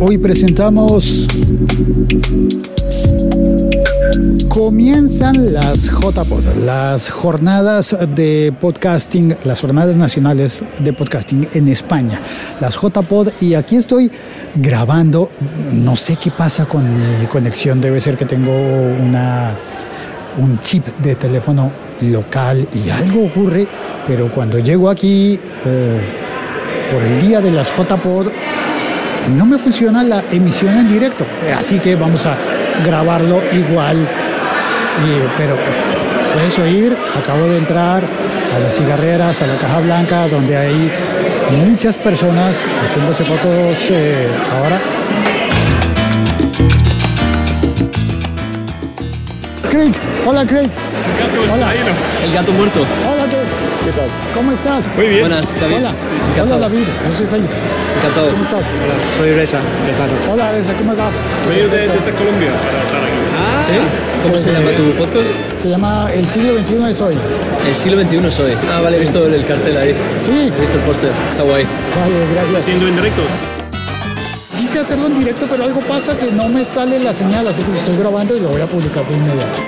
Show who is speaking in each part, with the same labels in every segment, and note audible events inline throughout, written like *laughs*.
Speaker 1: Hoy presentamos Comienzan las JPod, las jornadas de podcasting, las jornadas nacionales de podcasting en España, las JPod, y aquí estoy grabando, no sé qué pasa con mi conexión, debe ser que tengo una, un chip de teléfono local y algo ocurre, pero cuando llego aquí eh, por el día de las JPod, no me funciona la emisión en directo, eh, así que vamos a grabarlo igual. Y, pero puedes oír, acabo de entrar a las cigarreras, a la caja blanca, donde hay muchas personas haciéndose fotos eh, ahora. Craig, hola Craig. Hola.
Speaker 2: El gato muerto.
Speaker 1: Hola, Ted. ¿qué tal? ¿Cómo estás?
Speaker 3: Muy bien.
Speaker 2: Buenas, David.
Speaker 1: Hola, hola
Speaker 2: Encantado.
Speaker 1: David, yo soy Félix.
Speaker 2: Encantado.
Speaker 1: ¿Cómo estás?
Speaker 3: Soy Reza, encantado.
Speaker 1: Hola, Areza, ¿cómo estás?
Speaker 3: Vengo de- desde Colombia para estar aquí.
Speaker 2: Ah, ¿Sí? ¿Cómo se llama tu podcast?
Speaker 1: Se llama El siglo XXI es hoy.
Speaker 2: El siglo XXI es hoy. Ah, vale, he visto el cartel ahí.
Speaker 1: Sí,
Speaker 2: He visto el póster. Está guay.
Speaker 1: vale, gracias.
Speaker 3: Siendo en directo.
Speaker 1: Quise hacerlo en directo, pero algo pasa que no me sale la señal, así que lo estoy grabando y lo voy a publicar por inmediato.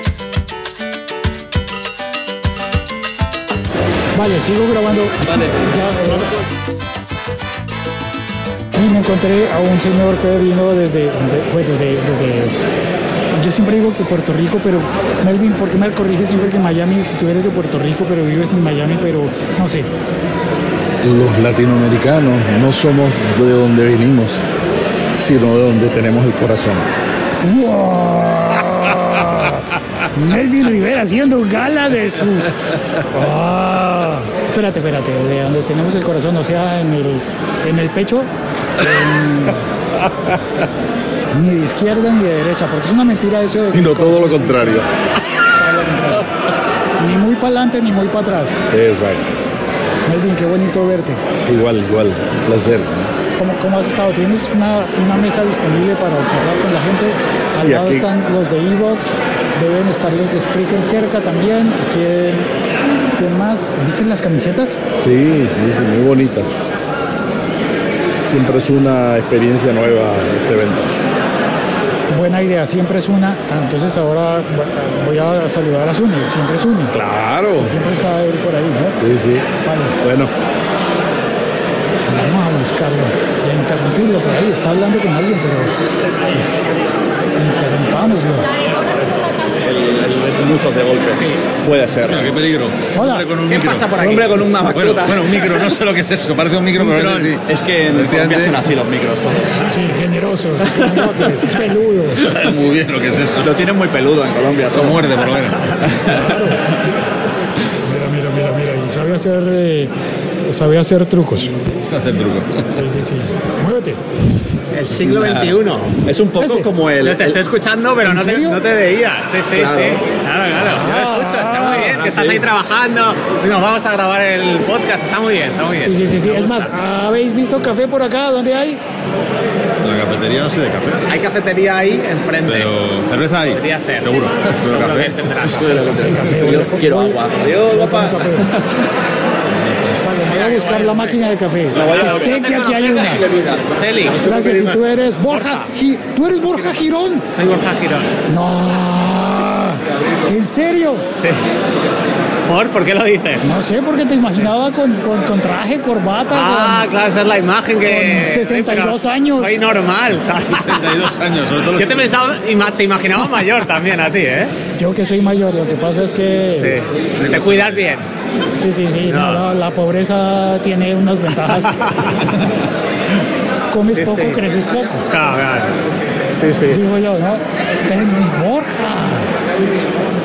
Speaker 1: Vale, sigo grabando.
Speaker 2: Vale.
Speaker 1: Ya, eh, y me encontré a un señor que vino desde, de- pues, desde, desde- yo siempre digo que Puerto Rico, pero Melvin, ¿por qué me corrige siempre que Miami, si tú eres de Puerto Rico, pero vives en Miami, pero no sé,
Speaker 4: Los latinoamericanos no somos de donde venimos, sino de donde tenemos el corazón.
Speaker 1: ¡Wow! Melvin Rivera haciendo gala de su. Ah. Espérate, espérate, de donde tenemos el corazón, o sea, en el, en el pecho. en- Ni de izquierda ni de derecha, porque es una mentira eso de.
Speaker 4: Sino todo lo contrario.
Speaker 1: Ni muy para adelante ni muy para atrás.
Speaker 4: Exacto.
Speaker 1: Melvin, qué bonito verte.
Speaker 4: Igual, igual. Placer.
Speaker 1: ¿Cómo, cómo has estado? ¿Tienes una, una mesa disponible para charlar con la gente? Al
Speaker 4: Sí,
Speaker 1: lado
Speaker 4: aquí.
Speaker 1: están los de Evox, deben estar los de Spreaker cerca también. ¿Quién, quién más? ¿Viste las camisetas?
Speaker 4: Sí, sí, sí, muy bonitas. Siempre es una experiencia nueva este evento.
Speaker 1: Buena idea, siempre es una. Ah, Entonces ahora va- voy a saludar a Sune, siempre es una.
Speaker 4: Claro.
Speaker 1: Siempre está él por ahí, ¿no?
Speaker 4: Sí, sí.
Speaker 1: Vale,
Speaker 4: Bueno,
Speaker 1: vamos a buscarlo y a interrumpirlo por ahí. Está hablando con alguien, pero pues, interrumpámoslo.
Speaker 3: Muchos de golpe. Sí. Puede ser.
Speaker 5: Mira, qué peligro. Un
Speaker 1: Hola,
Speaker 5: hombre con un
Speaker 3: ¿Qué
Speaker 5: micro.
Speaker 3: pasa por aquí? Un hombre con una
Speaker 5: Bueno,
Speaker 3: mascota.
Speaker 5: bueno, un micro, no sé lo que es eso, parece un micro,
Speaker 3: Un
Speaker 5: pero
Speaker 3: dron.
Speaker 5: sí.
Speaker 3: Es que en
Speaker 5: Efectivamente.
Speaker 3: Colombia son así los micros todos.
Speaker 1: Sí, generosos, *laughs* grandotes, peludos.
Speaker 5: *laughs* Muy bien lo que es eso.
Speaker 3: Lo tienen muy peludo en Colombia.
Speaker 5: Lo
Speaker 3: son-
Speaker 5: muerde, por
Speaker 3: *laughs*
Speaker 5: lo menos.
Speaker 1: Mira, mira, mira, mira. Y sabe hacer, eh, sabe hacer trucos.
Speaker 5: Hacer truco.
Speaker 1: Sí, sí, sí. Muévete.
Speaker 6: El siglo XXI.
Speaker 3: Es un poco
Speaker 1: Ese.
Speaker 3: como el...
Speaker 6: Yo te estoy escuchando, pero
Speaker 1: ¿En
Speaker 6: no te,
Speaker 1: serio?
Speaker 6: no te veía. Sí, sí,
Speaker 3: Claro.
Speaker 6: sí. Claro, claro. Yo lo escucho, está muy bien.
Speaker 3: Ah,
Speaker 6: que estás
Speaker 3: sí.
Speaker 6: ahí trabajando. Nos vamos a grabar el podcast. Está muy bien, está muy bien.
Speaker 1: Sí, sí, sí, sí. Es más, ¿habéis visto café por acá? ¿Dónde hay?
Speaker 5: En la cafetería no sé de café,
Speaker 6: Hay cafetería ahí enfrente.
Speaker 5: pero cerveza hay.
Speaker 6: Podría
Speaker 3: *laughs*
Speaker 6: ser.
Speaker 5: Seguro. Pero
Speaker 6: Seguro que
Speaker 5: café.
Speaker 6: tendrás.
Speaker 1: El café.
Speaker 3: Yo
Speaker 1: voy a-
Speaker 3: quiero
Speaker 1: voy-
Speaker 3: agua.
Speaker 1: voy
Speaker 3: Adiós,
Speaker 1: a poner
Speaker 3: guapa.
Speaker 1: un café. Vale, me voy a buscar la máquina de café.
Speaker 3: voy a
Speaker 1: Que
Speaker 3: ver.
Speaker 1: sé que aquí hay una.
Speaker 6: Feli,
Speaker 1: Gracias, y tú eres Borja. Gi- ¿Tú eres Borja Girón?
Speaker 6: soy Borja Girón.
Speaker 1: No. ¿En serio?
Speaker 6: ¿Por? ¿Por qué lo dices?
Speaker 1: No sé, porque te imaginaba con, con, con traje, corbata.
Speaker 6: Ah, claro, esa es la imagen que...
Speaker 1: Con 62
Speaker 6: Oye, pero
Speaker 1: años.
Speaker 3: *laughs*
Speaker 6: Soy normal.
Speaker 5: 62 años, sobre todo los
Speaker 6: Yo te pensaba, ima- te imaginaba mayor también a ti, ¿eh?
Speaker 1: con- Yo que soy mayor, lo que pasa es que...
Speaker 6: Sí. Te cuidas bien.
Speaker 1: Sí, sí, sí. no,
Speaker 6: No.
Speaker 1: la, la pobreza tiene unas
Speaker 6: *laughs*
Speaker 1: ventajas. Comes
Speaker 6: Sí,
Speaker 1: poco,
Speaker 6: sí.
Speaker 1: creces poco.
Speaker 6: Claro, claro. Sí, sí.
Speaker 1: Digo yo, ¿no? Benji Borja.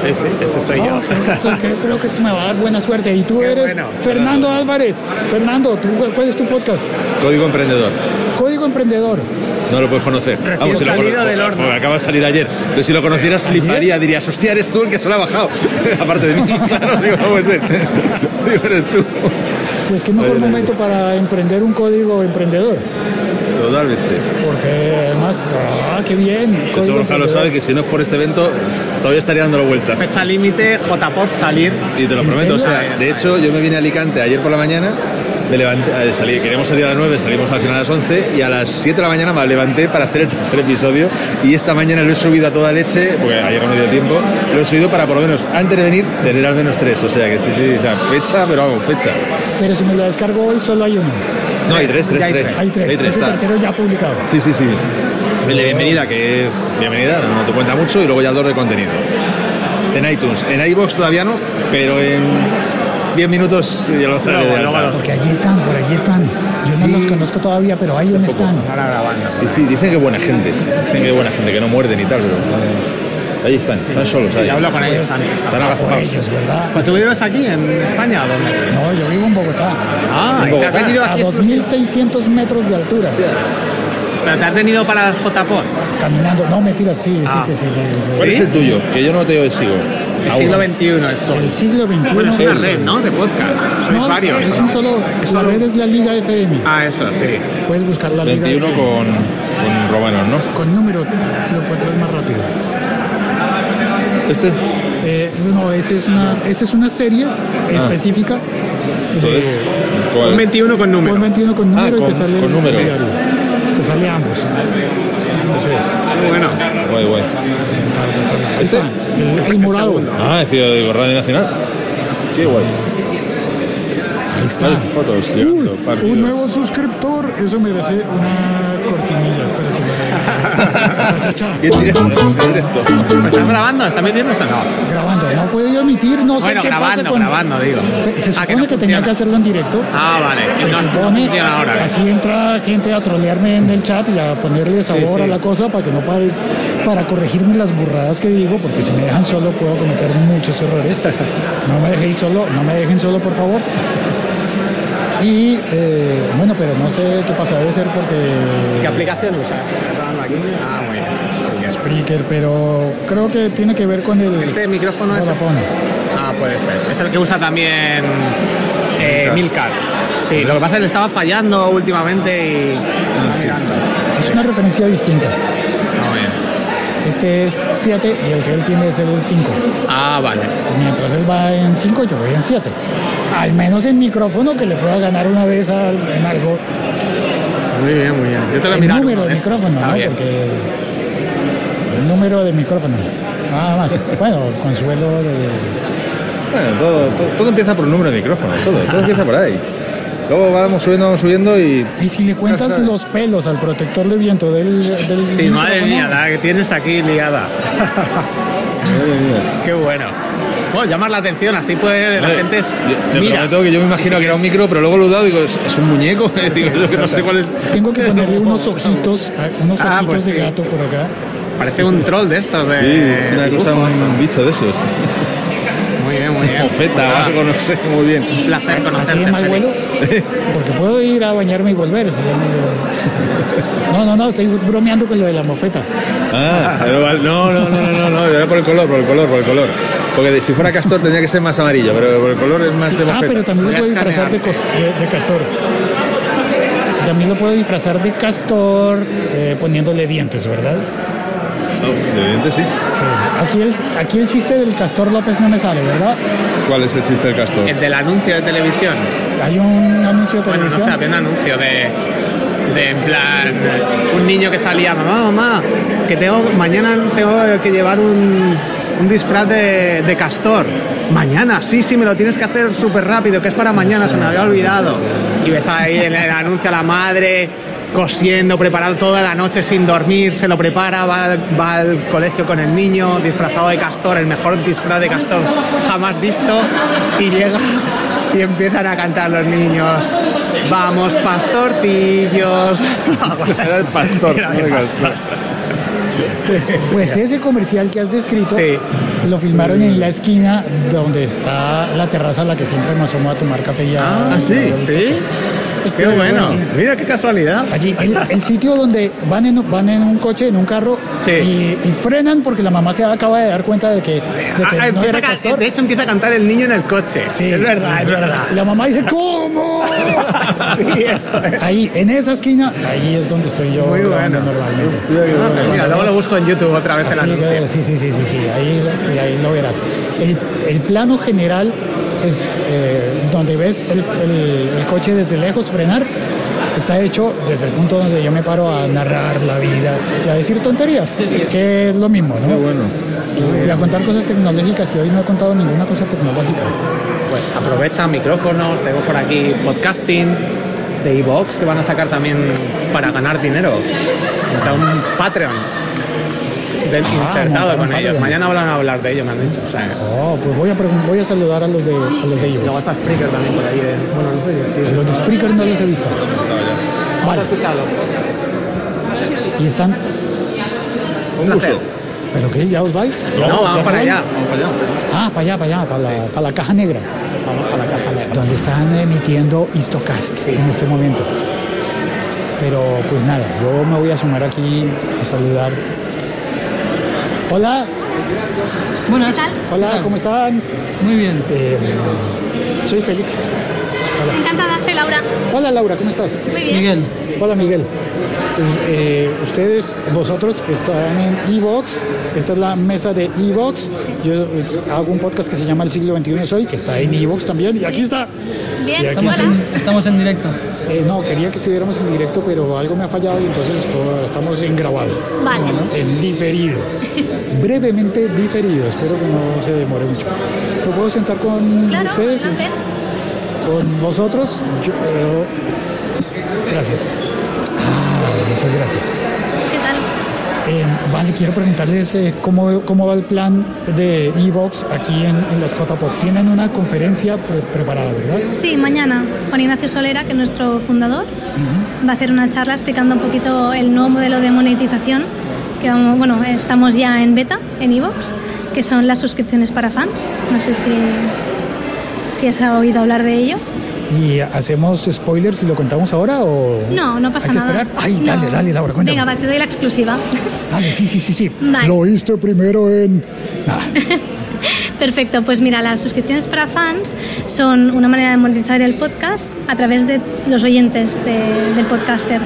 Speaker 6: Sí, sí, ese soy yo.
Speaker 1: Oh, creo, que esto, creo- creo que esto me va a dar buena suerte. Y tú
Speaker 6: Qué
Speaker 1: eres
Speaker 6: bueno.
Speaker 1: Fernando Álvarez. Fernando, ¿tú- ¿cuál es tu podcast?
Speaker 5: Código emprendedor.
Speaker 1: Código Emprendedor.
Speaker 5: No lo puedes conocer. si lo
Speaker 6: salido
Speaker 5: cono-
Speaker 6: del horno.
Speaker 5: Porque acaba de salir ayer. Entonces, si lo conocieras, fliparía. Dirías, hostia, eres tú el que se lo ha bajado. *laughs* Aparte de mí, *laughs* claro. Digo, ¿cómo es él? *laughs* Digo, eres tú.
Speaker 1: Pues qué mejor momento para emprender un código emprendedor.
Speaker 5: Totalmente.
Speaker 1: Porque además, ah, qué bien.
Speaker 5: De hecho,
Speaker 1: Código
Speaker 5: Borja lo
Speaker 1: emprendedor.
Speaker 5: sabe que si no es por este evento, todavía estaría dándolo
Speaker 1: *laughs*
Speaker 6: *laughs*
Speaker 5: vueltas.
Speaker 6: Fecha límite, JPOD salir.
Speaker 5: Y te lo
Speaker 1: ¿En
Speaker 5: prometo, o
Speaker 1: serio?
Speaker 5: sea, de hecho yo me vine a Alicante ayer por la mañana me levanté, eh, salí, queríamos salir a las 9, salimos al final a las 11 y a las 7 de la mañana me levanté para hacer el *laughs* tercer episodio y esta mañana lo he subido a toda leche, porque ayer no me dio tiempo, lo he subido para por lo menos antes de venir tener al menos 3, o sea que sí, sí, o sea, fecha, pero vamos, fecha.
Speaker 1: Pero si me lo descargo hoy, solo hay uno.
Speaker 5: No, hay 3, 3,
Speaker 6: Ya hay
Speaker 5: 3.
Speaker 1: Hay tres. es el tercero ya publicado.
Speaker 5: Sí, sí, sí. El de bienvenida, que es bienvenida, no te cuenta mucho, y luego ya el dos de contenido. En iTunes. En iBox todavía no, pero en 10 minutos ya lo daré de
Speaker 6: luego
Speaker 5: alta.
Speaker 1: Porque allí están, por allí están. Yo
Speaker 5: Sí.
Speaker 1: no los conozco todavía, pero ahí donde están.
Speaker 6: Ahora grabando.
Speaker 5: Sí, sí, dicen que buena gente. Dicen que buena gente, que no muerden y tal, pero. Ahí están, están solos ahí.
Speaker 6: Y hablo con ellos antes.
Speaker 5: Están agazapados.
Speaker 1: Ellos, ¿verdad?
Speaker 6: Pues tú vives aquí en España, ¿o ¿dónde?
Speaker 1: No, yo vivo en Bogotá,
Speaker 6: *laughs* Ah,
Speaker 5: En
Speaker 6: y te has
Speaker 5: Bogotá.
Speaker 6: venido
Speaker 1: a
Speaker 6: aquí exclusivo.
Speaker 1: 2.600 metros de altura,
Speaker 6: Pero te has venido para el JPOD.
Speaker 5: Ah,
Speaker 1: caminando. No, mentira, sí, sí,
Speaker 6: Ah.
Speaker 1: sí, sí, sí.
Speaker 5: ¿Cuál es el tuyo? Que yo no te sigo. Ah,
Speaker 6: El
Speaker 5: Aún.
Speaker 6: siglo XXI es solo.
Speaker 1: El siglo XXI.
Speaker 6: Bueno, es una
Speaker 5: Sí,
Speaker 6: red, ¿no? De podcast. Sois
Speaker 1: No,
Speaker 6: varios.
Speaker 1: Es
Speaker 6: ¿no?
Speaker 1: un solo.
Speaker 6: Es
Speaker 1: la
Speaker 6: solo-
Speaker 1: red es la Liga FM.
Speaker 6: Ah, eso, sí.
Speaker 5: Pues
Speaker 1: Puedes buscar la Liga
Speaker 5: 21
Speaker 1: FM.
Speaker 5: con, con romanos, ¿no?
Speaker 1: Con número lo encuentras más rápido.
Speaker 5: Este.
Speaker 1: Eh, no, esa es una, esa es una serie
Speaker 6: Ah.
Speaker 1: específica.
Speaker 5: Entonces.
Speaker 1: De,
Speaker 5: ¿cuál?
Speaker 6: Un 21 con
Speaker 1: pon
Speaker 6: número.
Speaker 1: 21 con
Speaker 5: Ah,
Speaker 1: número y
Speaker 5: con-
Speaker 1: te sale
Speaker 5: con
Speaker 1: el
Speaker 5: número.
Speaker 1: diario. Te sale ambos. Eso es.
Speaker 6: Bueno,
Speaker 5: Guay, guay.
Speaker 1: Ahí
Speaker 5: ¿Este?
Speaker 1: está. El, el morado.
Speaker 5: Ah, es decir, digo, Radio Nacional. Qué guay.
Speaker 1: Ahí está.
Speaker 5: Hay fotos,
Speaker 1: Ah. Uy,
Speaker 5: llegando, partidos.
Speaker 1: un nuevo suscriptor. Eso merece una cortinilla. Espérate. que- Cha, cha, cha.
Speaker 5: En directo, en directo.
Speaker 6: ¿me estás grabando? ¿Estás metiéndose o no?
Speaker 1: Grabando. No puedo emitir. No sé
Speaker 6: Bueno,
Speaker 1: qué pasa
Speaker 6: grabando,
Speaker 1: con.
Speaker 6: grabando, digo.
Speaker 1: Se
Speaker 6: Ah,
Speaker 1: supone
Speaker 6: que
Speaker 1: que, tenía
Speaker 6: no funciona.
Speaker 1: que hacerlo en directo.
Speaker 6: Ah, vale.
Speaker 1: Se
Speaker 6: no, no
Speaker 1: supone,
Speaker 6: funciona ahora.
Speaker 1: así entra gente a trolearme en el chat y a ponerle sabor
Speaker 6: sí.
Speaker 1: a la cosa para que no pares, para corregirme las burradas que digo, porque si me dejan solo puedo cometer muchos errores. No me dejéis solo, no me dejen solo, por favor. Y eh, bueno, pero no sé qué pasa, debe ser
Speaker 6: ¿Qué
Speaker 1: porque
Speaker 6: aplicación usas? aquí? Ah, muy bien.
Speaker 1: Spreaker, pero creo que tiene que ver con el
Speaker 6: Este micrófono es.
Speaker 1: Vodafone.
Speaker 6: Ah, puede ser. Es el que usa también eh, Milcar. Sí, lo que pasa es que le estaba fallando últimamente y. Estaba mirando.
Speaker 1: Es una referencia distinta.
Speaker 6: Ah, muy bien.
Speaker 1: Este es 7 y el que él tiene es el 5.
Speaker 6: Ah, vale.
Speaker 1: Mientras él va en 5, yo voy en 7. Al menos en micrófono que le pueda ganar una vez al- en algo.
Speaker 6: Muy bien, muy bien. Yo te lo
Speaker 1: El número de micrófono,
Speaker 6: ¿eh? Está
Speaker 1: ¿no?
Speaker 6: bien.
Speaker 1: Porque el número de micrófono. Nada
Speaker 6: *laughs*
Speaker 1: más. bueno, consuelo de.
Speaker 5: Bueno, todo, todo, todo empieza por un número de micrófono, todo, todo empieza por ahí. Luego vamos subiendo, vamos subiendo y.
Speaker 1: Y si le cuentas
Speaker 5: Ya sabes.
Speaker 1: los pelos al protector de viento del. del
Speaker 6: Sí, madre
Speaker 1: micrófono,
Speaker 6: mía, la que tienes aquí liada.
Speaker 5: Madre mía.
Speaker 6: Qué bueno. Bueno, llamar la atención, así puede la
Speaker 5: Madre,
Speaker 6: gente. es-
Speaker 5: yo- Te
Speaker 6: Mira,
Speaker 5: prometo que yo me imagino que era un micro, pero luego lo he dado y digo, ¿es, es un muñeco? *laughs* digo, yo que no sé cuál es.
Speaker 1: Tengo que ponerle unos ojitos, unos
Speaker 6: Ah,
Speaker 1: ojitos
Speaker 6: pues
Speaker 1: de
Speaker 6: sí.
Speaker 1: gato por acá.
Speaker 6: parece un troll de estos. De
Speaker 5: Sí, es una cosa,
Speaker 6: dibujos.
Speaker 5: un bicho de esos.
Speaker 6: Muy bien, muy bien.
Speaker 5: Mofeta o
Speaker 6: Nada,
Speaker 5: algo, no sé, muy bien.
Speaker 6: Un placer
Speaker 1: Así
Speaker 6: conocerte.
Speaker 1: es mal
Speaker 6: Félix.
Speaker 1: vuelo. Porque puedo ir a bañarme y
Speaker 6: *laughs*
Speaker 1: volver. No, no, no, estoy bromeando con lo de la mofeta.
Speaker 5: Ah, pero vale- no, no, no, no, no, no, era por el color, por el color, por el color. Porque de- si fuera castor tendría que ser más amarillo, pero por el color es más
Speaker 1: Sí,
Speaker 5: Este de
Speaker 1: ah,
Speaker 5: mofeta.
Speaker 1: pero también lo
Speaker 6: Voy a
Speaker 1: puedo disfrazar de, cos- de- de castor. También lo puedo disfrazar de castor eh, poniéndole dientes, ¿verdad?
Speaker 5: No, de dientes Ah, sí.
Speaker 1: Sí. Aquí el, aquí el chiste del castor López no me sale, ¿verdad?
Speaker 5: ¿Cuál es el chiste del castor?
Speaker 6: El del anuncio de televisión.
Speaker 1: Hay un anuncio de
Speaker 6: Bueno, no
Speaker 1: televisión.
Speaker 6: sé, había un anuncio de. De en plan, un niño que salía, mamá, mamá, que tengo, mañana tengo que llevar un, un disfraz de, de castor. Mañana, sí, sí, me lo tienes que hacer súper rápido, que es para mañana, se me había olvidado. Y ves ahí en el anuncio a la madre cosiendo, preparado toda la noche sin dormir, se lo prepara, va, al- va al colegio con el niño, disfrazado de castor, el mejor disfraz de castor jamás visto, y llega y empiezan a cantar los niños. Vamos, pastorcillos.
Speaker 5: Era el pastor,
Speaker 6: Era de
Speaker 5: no el
Speaker 6: pastor.
Speaker 5: castor.
Speaker 6: *laughs*
Speaker 1: Pues, pues ese comercial que has descrito
Speaker 6: Sí.
Speaker 1: lo filmaron en la esquina donde está la terraza a la que siempre me asomo a tomar café ya.
Speaker 5: Ah, sí,
Speaker 6: ¿Sí? Qué bueno. Mira qué casualidad.
Speaker 1: Allí, el, el sitio donde van en, van en un coche, en un carro,
Speaker 6: Sí.
Speaker 1: y, y frenan porque la mamá se acaba de dar cuenta de que, de
Speaker 6: Ah,
Speaker 1: que no
Speaker 6: empieza
Speaker 1: era
Speaker 6: a ca-
Speaker 1: castor.
Speaker 6: de hecho, empieza a cantar el niño en el coche.
Speaker 1: Sí. *laughs*
Speaker 6: Es verdad, es verdad. *laughs*
Speaker 1: La mamá dice, ¿cómo?
Speaker 6: sí, eso es.
Speaker 1: Ahí, en esa esquina, ahí es donde estoy yo
Speaker 6: Muy
Speaker 1: grabando
Speaker 6: bueno.
Speaker 1: normalmente.
Speaker 6: Ah, pues mira, luego lo busco en YouTube otra vez el
Speaker 1: Así
Speaker 6: anuncio.
Speaker 1: que, sí, sí, sí, sí, sí, ahí, y ahí lo verás. El, el plano general es eh, donde ves el, el- el coche desde lejos frenar. Está hecho desde el punto donde yo me paro a narrar la vida y a decir tonterías, que es lo mismo, ¿no? Y a contar cosas tecnológicas, que hoy no he contado ninguna cosa tecnológica.
Speaker 6: Pues aprovecha micrófonos, tengo por aquí podcasting de Evox que van a sacar también para ganar dinero. Montar un Patreon del
Speaker 1: Ah, montar
Speaker 6: insertado
Speaker 1: un
Speaker 6: con ellos.
Speaker 1: Patreon.
Speaker 6: Mañana van a hablar de ello, me han dicho. O sea,
Speaker 1: Oh, pues voy a, pregun- voy a saludar a los de, a los de
Speaker 6: luego
Speaker 1: iVoox.
Speaker 6: está Spreaker también por ahí. de- bueno, no sé yo.
Speaker 1: A
Speaker 6: tío.
Speaker 1: Los de Spreaker no los he visto. Vale,
Speaker 6: escuchado?
Speaker 1: y están...
Speaker 5: Un gusto.
Speaker 1: ¿Pero qué? ¿Ya os vais?
Speaker 6: No, vamos para allá.
Speaker 5: Vamos para allá.
Speaker 1: Ah, para allá, para allá, para la, para la caja negra,
Speaker 6: Vamos a la caja negra.
Speaker 1: donde están emitiendo Histocast en este momento. Pero pues nada, yo me voy a sumar aquí a saludar. Hola,
Speaker 7: Buenas.
Speaker 1: hola, ¿cómo están?
Speaker 7: Muy bien.
Speaker 1: Eh, soy Félix.
Speaker 8: Encantada, soy Laura.
Speaker 1: Hola Laura, ¿cómo estás?
Speaker 8: Muy bien.
Speaker 7: Miguel,
Speaker 1: Hola Miguel. Eh, ustedes, vosotros están en Evox, esta es la mesa de Evox. Yo eh, hago un podcast que se llama El siglo XXI es hoy, que está en Evox también, y aquí está.
Speaker 8: Bien,
Speaker 1: Y aquí
Speaker 8: hola.
Speaker 7: estamos en, estamos en directo.
Speaker 1: Eh, no, quería que estuviéramos en directo, pero algo me ha fallado y entonces esto- estamos en grabado,
Speaker 8: Vale.
Speaker 1: en
Speaker 8: *laughs*
Speaker 1: diferido. Brevemente diferido, espero que no se demore mucho. ¿Me puedo sentar con
Speaker 8: Claro,
Speaker 1: ustedes?
Speaker 8: adelante.
Speaker 1: ¿Con vosotros? Yo- eh, gracias. Ah, muchas gracias.
Speaker 8: ¿Qué tal?
Speaker 1: Eh, vale, quiero preguntarles eh, ¿cómo, cómo va el plan de Evox aquí en, en las JPOD. Tienen una conferencia pre- preparada, ¿verdad?
Speaker 8: Sí, mañana Juan Ignacio Solera, que es nuestro fundador, va a hacer una charla explicando un poquito el nuevo modelo de monetización que vamos, bueno, estamos ya en beta en iVoox, que son las suscripciones para fans. No sé si, si has oído hablar de ello.
Speaker 1: ¿Y hacemos spoilers y lo contamos ahora o...?
Speaker 8: No, no pasa
Speaker 1: ¿Hay que
Speaker 8: nada.
Speaker 1: Esperar? Ay, dale,
Speaker 8: No.
Speaker 1: dale, Laura, cuéntame.
Speaker 8: Venga, va, te doy la exclusiva.
Speaker 1: Dale, sí, sí, sí, sí.
Speaker 8: Vale.
Speaker 1: Lo oíste primero en... Ah,
Speaker 8: Perfecto, pues mira, las suscripciones para fans son una manera de monetizar el podcast a través de los oyentes de- del podcaster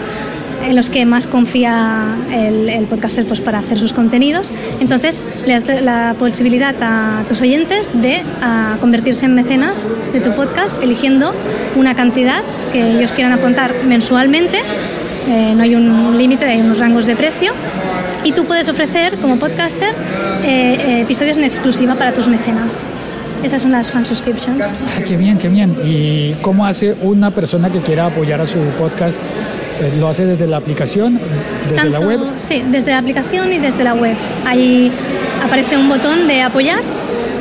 Speaker 8: en los que más confía el, el podcaster pues, para hacer sus contenidos. Entonces, le das la posibilidad a tus oyentes de ah, convertirse en mecenas de tu podcast, eligiendo una cantidad que ellos quieran apuntar mensualmente. Eh, no hay un límite, hay unos rangos de precio. Y tú puedes ofrecer, como podcaster, eh, eh, episodios en exclusiva para tus mecenas. Esas son las fan subscriptions.
Speaker 1: ah, qué bien, qué bien. ¿Y cómo hace una persona que quiera apoyar a su podcast? Eh, ¿Lo hace desde la aplicación, desde la
Speaker 8: Tanto-
Speaker 1: web?
Speaker 8: Sí, desde la aplicación y desde la web. Ahí aparece un botón de apoyar.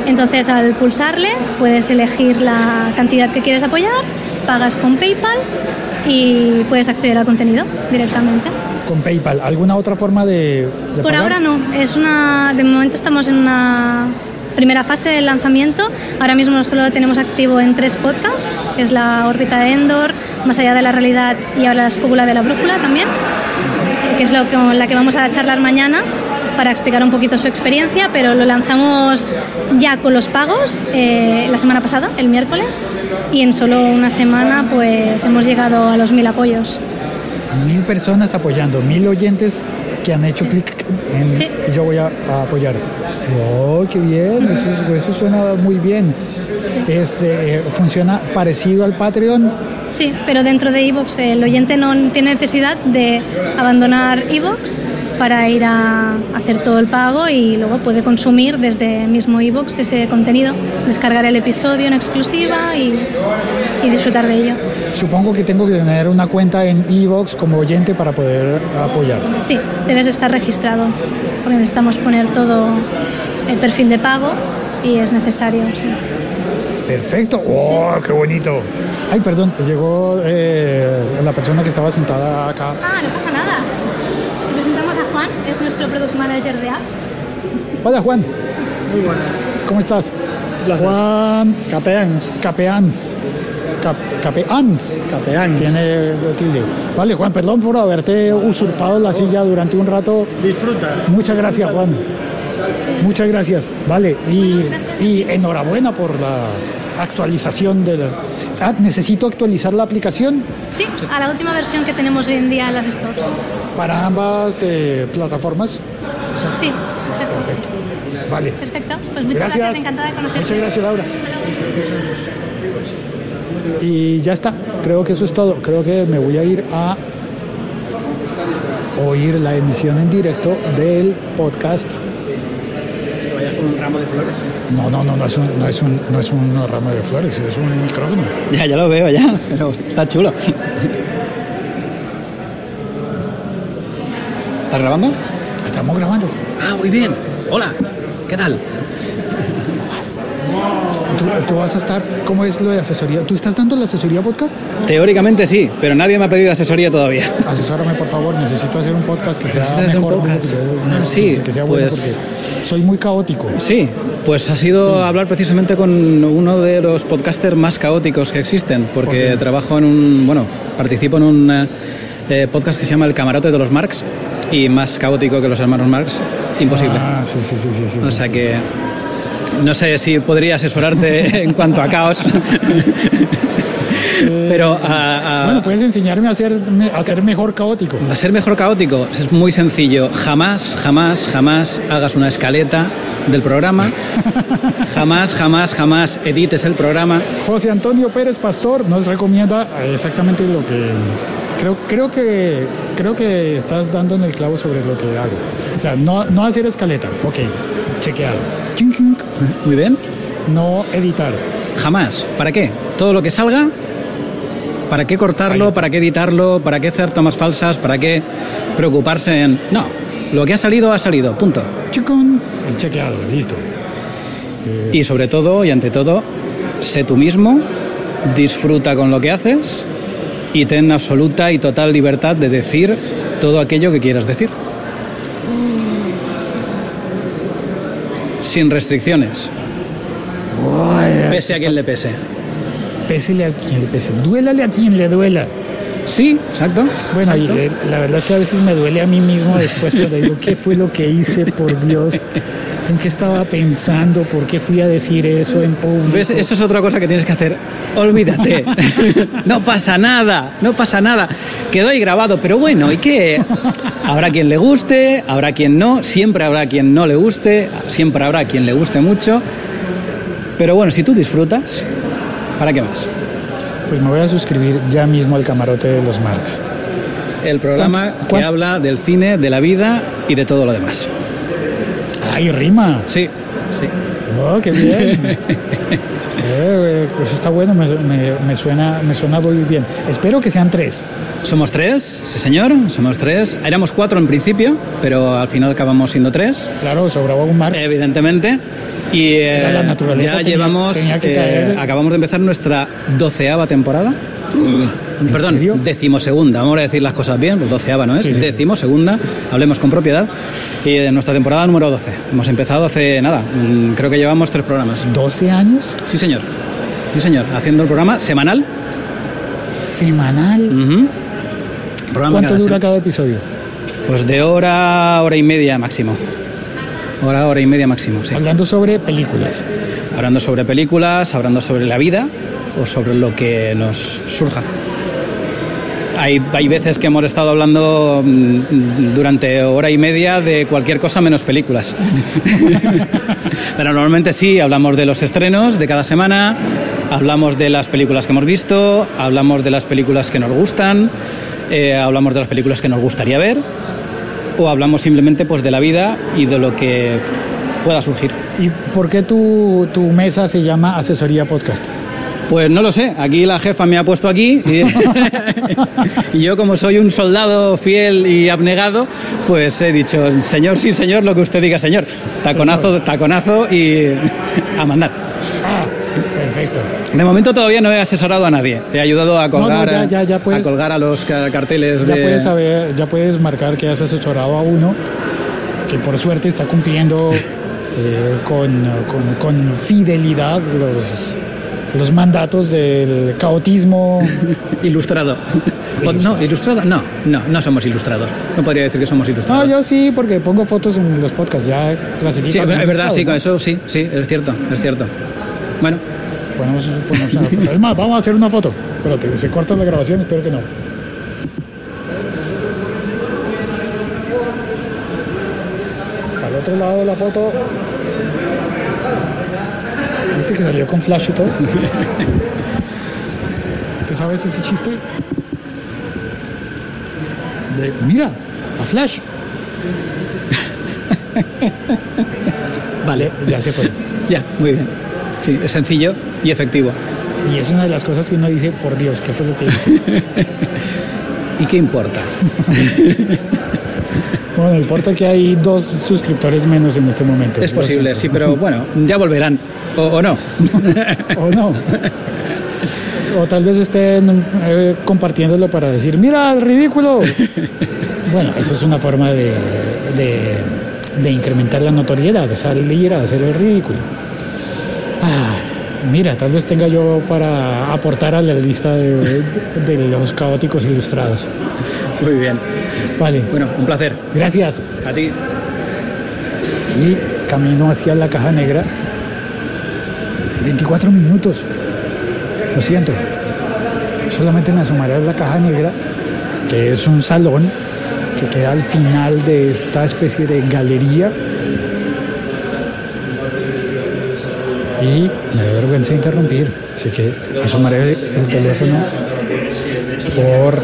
Speaker 8: Entonces, al pulsarle, puedes elegir la cantidad que quieres apoyar, pagas con PayPal y puedes acceder al contenido directamente.
Speaker 1: ¿Con PayPal? ¿Alguna otra forma de, de
Speaker 8: Por
Speaker 1: pagar?
Speaker 8: ahora no, es una de momento estamos en una primera fase del lanzamiento. Ahora mismo solo lo tenemos activo en tres podcasts, que es la órbita de Endor, Más allá de la realidad y ahora la escóbula de la brújula también, eh, que es lo que- con la que vamos a charlar mañana para explicar un poquito su experiencia, pero lo lanzamos ya con los pagos eh, la semana pasada, el miércoles, y en solo una semana pues hemos llegado a los mil apoyos.
Speaker 1: Mil personas apoyando, mil oyentes que han hecho clic en
Speaker 8: Sí.
Speaker 1: yo voy a, a apoyar. ¡Oh, qué bien! Eso, es- eso suena muy bien. Es, eh, ¿Funciona parecido al Patreon?
Speaker 8: Sí, pero dentro de Evox el oyente no tiene necesidad de abandonar Evox para ir a hacer todo el pago y luego puede consumir desde mismo Evox ese contenido, descargar el episodio en exclusiva y, y disfrutar de ello.
Speaker 1: Supongo que tengo que tener una cuenta en Evox como oyente para poder apoyar.
Speaker 8: Sí, debes estar registrado porque necesitamos poner todo el perfil de pago y es necesario. sí.
Speaker 1: Perfecto. ¡Oh, qué bonito! Ay, perdón, llegó eh, la persona que estaba sentada acá.
Speaker 8: Ah, no pasa nada. Te presentamos a Juan, es nuestro product manager de apps.
Speaker 1: Hola, Juan. Muy buenas. ¿Cómo estás? Juan
Speaker 9: Capeans,
Speaker 1: Capeans. Cap- Capeans.
Speaker 9: capeans.
Speaker 1: Tiene tilde. Vale, Juan, perdón por haberte usurpado la silla durante un rato.
Speaker 9: Disfruta.
Speaker 1: Muchas gracias, Juan. Muchas gracias. Vale, y, y enhorabuena por la actualización de la- Ah, necesito actualizar la aplicación
Speaker 8: Sí, a la última versión que tenemos hoy en día en las stores.
Speaker 1: para ambas eh, plataformas.
Speaker 8: Sí, perfecto.
Speaker 1: Vale.
Speaker 8: Perfecto. Pues muchas gracias, encantada de conocerte.
Speaker 1: Muchas gracias, Laura. Y ya está. Creo que eso es todo. Creo que me voy a ir a oír la emisión en directo del podcast. No, no, no, no es un, no es un, no es un ramo de flores, es un micrófono.
Speaker 9: Ya, ya lo veo, ya, pero está chulo. ¿Estás grabando?
Speaker 1: Estamos grabando.
Speaker 9: Ah, muy bien. Hola, ¿qué tal?
Speaker 1: Tú, tú vas a estar, ¿cómo es lo de asesoría? ¿Tú estás dando la asesoría podcast?
Speaker 9: Teóricamente sí, pero nadie me ha pedido asesoría todavía.
Speaker 1: Asesórame, por favor, necesito hacer un podcast que sea
Speaker 9: ¿Necesitas hacer un
Speaker 1: mejor.
Speaker 9: podcast?
Speaker 1: que-
Speaker 9: Ah, sí,
Speaker 1: que sea bueno,
Speaker 9: pues-
Speaker 1: porque soy muy caótico.
Speaker 9: Sí, pues ha sido hablar precisamente con uno de los podcasters más caóticos que existen, porque
Speaker 1: ¿Por qué?
Speaker 9: trabajo en un, bueno, participo en un eh, eh, podcast que se llama El Camarote de los Marx y más caótico que los hermanos Marx, imposible.
Speaker 1: Ah, sí, sí, sí, sí, sí,
Speaker 9: o
Speaker 1: sí,
Speaker 9: sea
Speaker 1: sí.
Speaker 9: que no sé si podría asesorarte *laughs* en cuanto
Speaker 1: *laughs*
Speaker 9: a caos. Pero ah, a- a-
Speaker 1: Bueno, puedes enseñarme a ser, me- a ser mejor caótico.
Speaker 9: a ser mejor caótico es muy sencillo. Jamás, jamás, jamás hagas una escaleta del programa. Jamás, jamás, jamás edites el programa.
Speaker 1: José Antonio Pérez Pastor nos recomienda exactamente lo que creo, creo que creo que estás dando en el clavo sobre lo que hago. O sea, no, no hacer escaleta, ok, chequeado. Ching, ching.
Speaker 9: Muy bien.
Speaker 1: No editar.
Speaker 9: Jamás. ¿Para qué? Todo lo que salga, ¿para qué cortarlo? ¿Para qué editarlo? ¿Para qué hacer tomas falsas? ¿Para qué preocuparse en... No, lo que ha salido ha salido, punto.
Speaker 1: Chicun, y chequeado, listo.
Speaker 9: Y sobre todo y ante todo, sé tú mismo, disfruta con lo que haces y ten absoluta y total libertad de decir todo aquello que quieras decir. Sin restricciones, pese a quien le pese.
Speaker 1: Pésele a quien le pese, duélale a quien le duela.
Speaker 9: Sí, exacto.
Speaker 1: Bueno, y,
Speaker 9: exacto.
Speaker 1: eh, la verdad es que a veces me duele a mí mismo después cuando digo, ¿qué fue lo que hice, por Dios? ¿En qué estaba pensando? ¿Por qué fui a decir eso en público?
Speaker 9: ¿Ves? Eso es otra cosa que tienes que hacer. Olvídate. *laughs* no pasa nada, no pasa nada. Quedó ahí grabado, pero bueno, ¿y qué? Habrá quien le guste, habrá quien no, siempre habrá quien no le guste, siempre habrá quien le guste mucho. Pero bueno, si tú disfrutas, ¿para qué más?
Speaker 1: Pues me voy a suscribir ya mismo al camarote de los Marx.
Speaker 9: El programa
Speaker 1: ¿Cuánto-
Speaker 9: que
Speaker 1: cuánto?
Speaker 9: habla del cine, de la vida y de todo lo demás.
Speaker 1: ¡Ay, rima!
Speaker 9: Sí, sí.
Speaker 1: ¡Oh, qué bien! Eh, pues está bueno, me, me- me suena, me suena muy bien. Espero que sean tres.
Speaker 9: Somos tres, sí señor, somos tres. Éramos cuatro en principio, pero al final acabamos siendo tres.
Speaker 1: Claro, sobraba un Marx.
Speaker 9: Evidentemente. Y eh,
Speaker 1: Era la naturaleza,
Speaker 9: ya
Speaker 1: tenía-
Speaker 9: llevamos.
Speaker 1: tenía que
Speaker 9: eh,
Speaker 1: caer.
Speaker 9: acabamos de empezar nuestra doceava temporada. Perdón,
Speaker 1: serio?
Speaker 9: decimosegunda. Vamos a decir las cosas bien, pues doceava, ¿no es?
Speaker 1: Sí, sí, sí.
Speaker 9: decimosegunda, hablemos con propiedad. Y eh, nuestra temporada número 12. Hemos empezado hace nada, mm, creo que llevamos tres programas.
Speaker 1: ¿12 años?
Speaker 9: Sí, señor. Sí, señor. Haciendo el programa semanal.
Speaker 1: ¿Semanal?
Speaker 9: Ujú. Programa
Speaker 1: ¿Cuánto dura
Speaker 9: cada semana.
Speaker 1: cada episodio?
Speaker 9: Pues de hora, hora y media máximo. Hora, hora y media máximo, sí.
Speaker 1: Hablando sobre películas.
Speaker 9: hablando sobre películas, hablando sobre la vida o sobre lo que nos surja. Hay, hay veces que hemos estado hablando mm, durante hora y media de cualquier cosa menos películas. *laughs* Pero normalmente sí, hablamos de los estrenos de cada semana, hablamos de las películas que hemos visto, hablamos de las películas que nos gustan, eh, hablamos de las películas que nos gustaría ver o hablamos simplemente pues, de la vida y de lo que pueda surgir.
Speaker 1: ¿Y por qué tu, tu mesa se llama Asesoría Podcast?
Speaker 9: Pues no lo sé, aquí la jefa me ha puesto aquí *laughs* y, y yo como soy un soldado fiel y abnegado, pues he dicho, señor, sí señor, lo que usted diga señor, taconazo, taconazo y *laughs* a mandar.
Speaker 1: Ah, perfecto.
Speaker 9: De momento todavía no he asesorado a nadie, he ayudado a colgar,
Speaker 1: ya, ya, ya
Speaker 9: a
Speaker 1: puedes-
Speaker 9: colgar a los ca- carteles
Speaker 1: Ya
Speaker 9: de...
Speaker 1: puedes saber, ya puedes marcar que has asesorado a uno que por suerte está cumpliendo eh, con, con- con fidelidad los, los mandatos del
Speaker 9: *laughs*
Speaker 1: caotismo. *laughs*
Speaker 9: Ilustrado. O- No, ilustrado, no, no, no somos ilustrados, no podría decir que somos
Speaker 1: No,
Speaker 9: ilustrados.
Speaker 1: yo sí, porque pongo fotos en los podcasts, ya clasifico.
Speaker 9: Sí, es
Speaker 1: como
Speaker 9: verdad, sí,
Speaker 1: ilustrado,
Speaker 9: con
Speaker 1: ¿no?
Speaker 9: eso sí, sí, es cierto, es cierto. Bueno,
Speaker 1: ponemos, ponemos una foto. Es más, vamos a hacer una foto. Espérate, se corta la grabación, espero que no. Al otro lado de la foto. ¿Viste que salió con flash y todo? ¿Tú sabes ese chiste? De, mira, a flash.
Speaker 9: Vale,
Speaker 1: Ya se fue.
Speaker 9: ya, muy bien. Sí, es sencillo y efectivo.
Speaker 1: Y es una de las cosas que uno dice, por Dios, ¿qué fue lo que hice?
Speaker 9: *laughs* ¿Y qué importa?
Speaker 1: Bueno, importa que hay dos suscriptores menos en este momento.
Speaker 9: Es
Speaker 1: Lo
Speaker 9: posible, sí,
Speaker 1: siento.
Speaker 9: pero bueno, ya volverán. O, o no. *laughs*
Speaker 1: *laughs* O no. O tal vez estén eh, compartiéndolo para decir, mira, el
Speaker 9: *laughs*
Speaker 1: ridículo. Bueno, eso es una forma de, de- de incrementar la notoriedad, de salir a hacer el ridículo. Ah, mira, tal vez tenga yo para aportar a la lista de, de los caóticos ilustrados.
Speaker 9: Muy bien.
Speaker 1: Vale,
Speaker 9: Bueno, un placer.
Speaker 1: gracias.
Speaker 9: A ti.
Speaker 1: y camino hacia la caja negra. 24 minutos. Lo siento. Solamente me asomaré a la caja negra, que es un salón que queda al final de esta especie de galería. Y me da vergüenza interrumpir, así que asomaré el teléfono por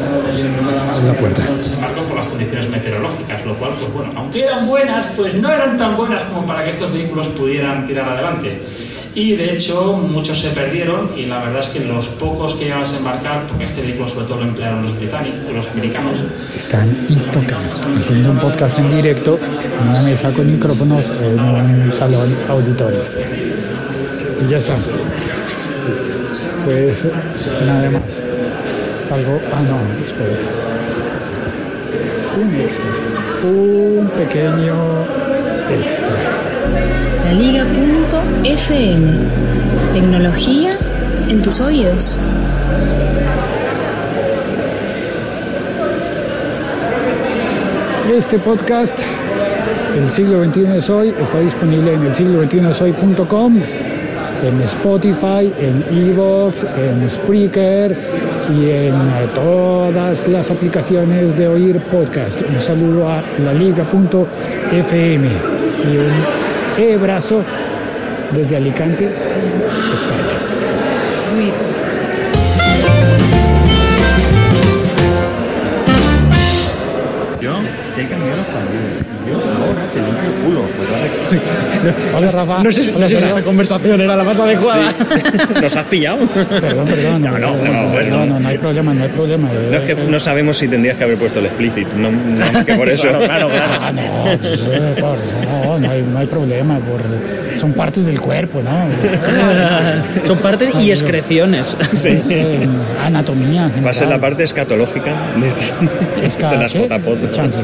Speaker 1: la puerta.
Speaker 10: embargo por las condiciones meteorológicas, lo cual, pues bueno, aunque eran buenas, pues no eran tan buenas como para que estos vehículos pudieran tirar adelante. Y de hecho, muchos se perdieron y la verdad es que los pocos que iban a desembarcar, porque este vehículo sobre todo lo emplearon los británicos, los americanos,
Speaker 1: Está en Istocast, haciendo un podcast en directo, en una mesa con micrófonos, en un salón auditorio. Y ya está. Pues nada más. Salgo. Ah, no, espérate. Un extra. Un pequeño extra.
Speaker 11: La Liga.fm. Tecnología en tus oídos.
Speaker 1: Este podcast, El siglo XXI es hoy, está disponible en el siglo en Spotify, en Evox, en Spreaker y en eh, todas las aplicaciones de oír podcast. Un saludo a laliga.fm y un e-brazo desde Alicante, España.
Speaker 5: Yo te he cambiado los pañales. Yo ahora te limpio el culo.
Speaker 1: Hola Rafa.
Speaker 12: No sé si
Speaker 1: Hola,
Speaker 12: si
Speaker 1: Sergio.
Speaker 12: esta conversación era la más adecuada.
Speaker 13: ¿Nos has pillado?
Speaker 1: Perdón, perdón.
Speaker 13: No, no, no,
Speaker 1: perdón,
Speaker 13: pues
Speaker 1: no,
Speaker 13: no.
Speaker 1: no, no hay problema, no hay problema.
Speaker 13: No, es que no sabemos si tendrías que haber puesto el explícito, no, no más que por eso.
Speaker 1: *laughs* Ah, no, pues, eh, por- no, no hay, no hay problema. por- son partes del cuerpo, ¿no?
Speaker 12: Son partes y excreciones.
Speaker 13: Sí.
Speaker 1: Es, eh, anatomía.
Speaker 13: Va a ser la
Speaker 1: general.
Speaker 13: parte escatológica
Speaker 1: *laughs*
Speaker 13: de,
Speaker 1: Esca-
Speaker 13: de las
Speaker 1: ¿qué?
Speaker 13: JPod.
Speaker 1: Chanfle.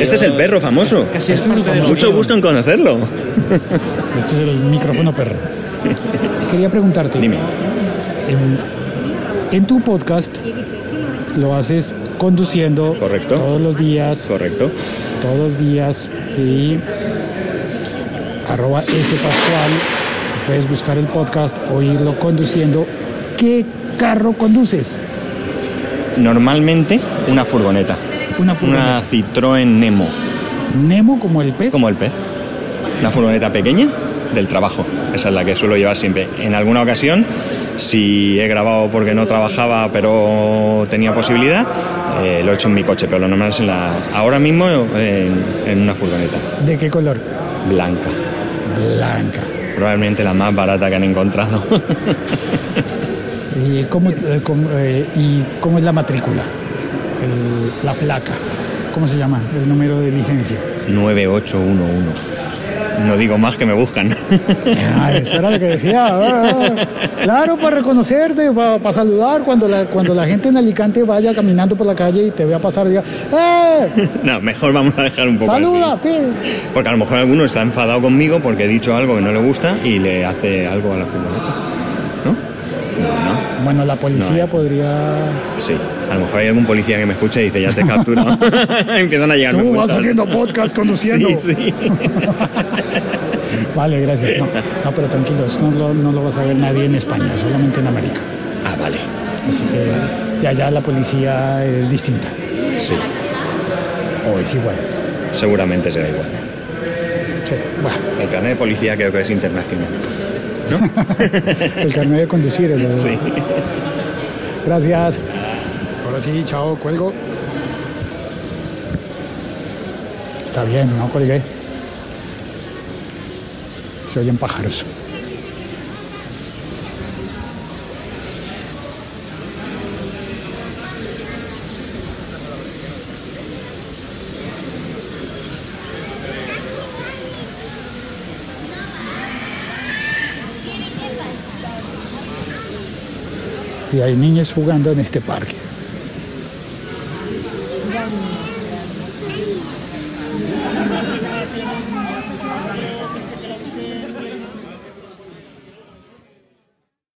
Speaker 13: Este es el perro famoso.
Speaker 1: Casi es Este es el parte famoso.
Speaker 13: Mucho gusto en conocerlo.
Speaker 1: Este es el micrófono perro. Quería preguntarte. Dime. En, en tu podcast lo haces conduciendo. Correcto. Todos los días.
Speaker 13: Correcto.
Speaker 1: Todos los días. Y arroba S Pascual. Puedes buscar el podcast, oírlo conduciendo. ¿Qué carro conduces?
Speaker 13: Normalmente una furgoneta.
Speaker 1: Una furgoneta.
Speaker 13: Una Citroën Nemo.
Speaker 1: ¿Nemo como el pez?
Speaker 13: Como el pez. Una furgoneta pequeña del trabajo. Esa es la que suelo llevar siempre. En alguna ocasión, si he grabado porque no trabajaba pero tenía posibilidad, eh, lo he hecho en mi coche, pero lo normal es en la, ahora mismo eh, en, en una furgoneta
Speaker 1: ¿De qué color?
Speaker 13: blanca.
Speaker 1: Blanca.
Speaker 13: Probablemente la más barata que han encontrado. *laughs*
Speaker 1: ¿Y cómo, eh, cómo, eh, y cómo es la matrícula? El- la placa. ¿Cómo se llama? El número de licencia.
Speaker 13: 9811. No digo más que me buscan. *laughs*
Speaker 1: Ah, eso era lo que decía. Ah, ah. Claro, para reconocerte, para, saludar, cuando la, cuando la gente en Alicante vaya caminando por la calle y te vea pasar, diga, ¡eh!
Speaker 13: No, mejor vamos a dejar un poco así.
Speaker 1: ¡Saluda! pi".
Speaker 13: Porque a lo mejor alguno está enfadado conmigo porque he dicho algo que no le gusta y le hace algo a la furgoneta.
Speaker 1: Bueno, la policía podría...
Speaker 13: eh. Sí. A lo mejor hay algún policía que me escuche y dice, ya te
Speaker 1: *laughs*
Speaker 13: capturo. Empiezan a llegar *laughs*
Speaker 1: Tú vas haciendo podcast conduciendo.
Speaker 13: Sí, sí.
Speaker 1: *laughs* Vale, gracias. No, no, pero tranquilos, no lo, no lo vas a ver nadie en España, solamente en América.
Speaker 13: Ah, vale.
Speaker 1: Así que y allá la policía es distinta.
Speaker 13: Sí.
Speaker 1: O es igual.
Speaker 13: Seguramente será igual.
Speaker 1: Sí, bueno.
Speaker 13: El carnet de policía creo que es internacional.
Speaker 1: *laughs* El carnet de conducir es lo Sí. Gracias. Ahora sí, chao, cuelgo. Está bien, no colgué. Se oyen pájaros. Y hay niños jugando en este parque.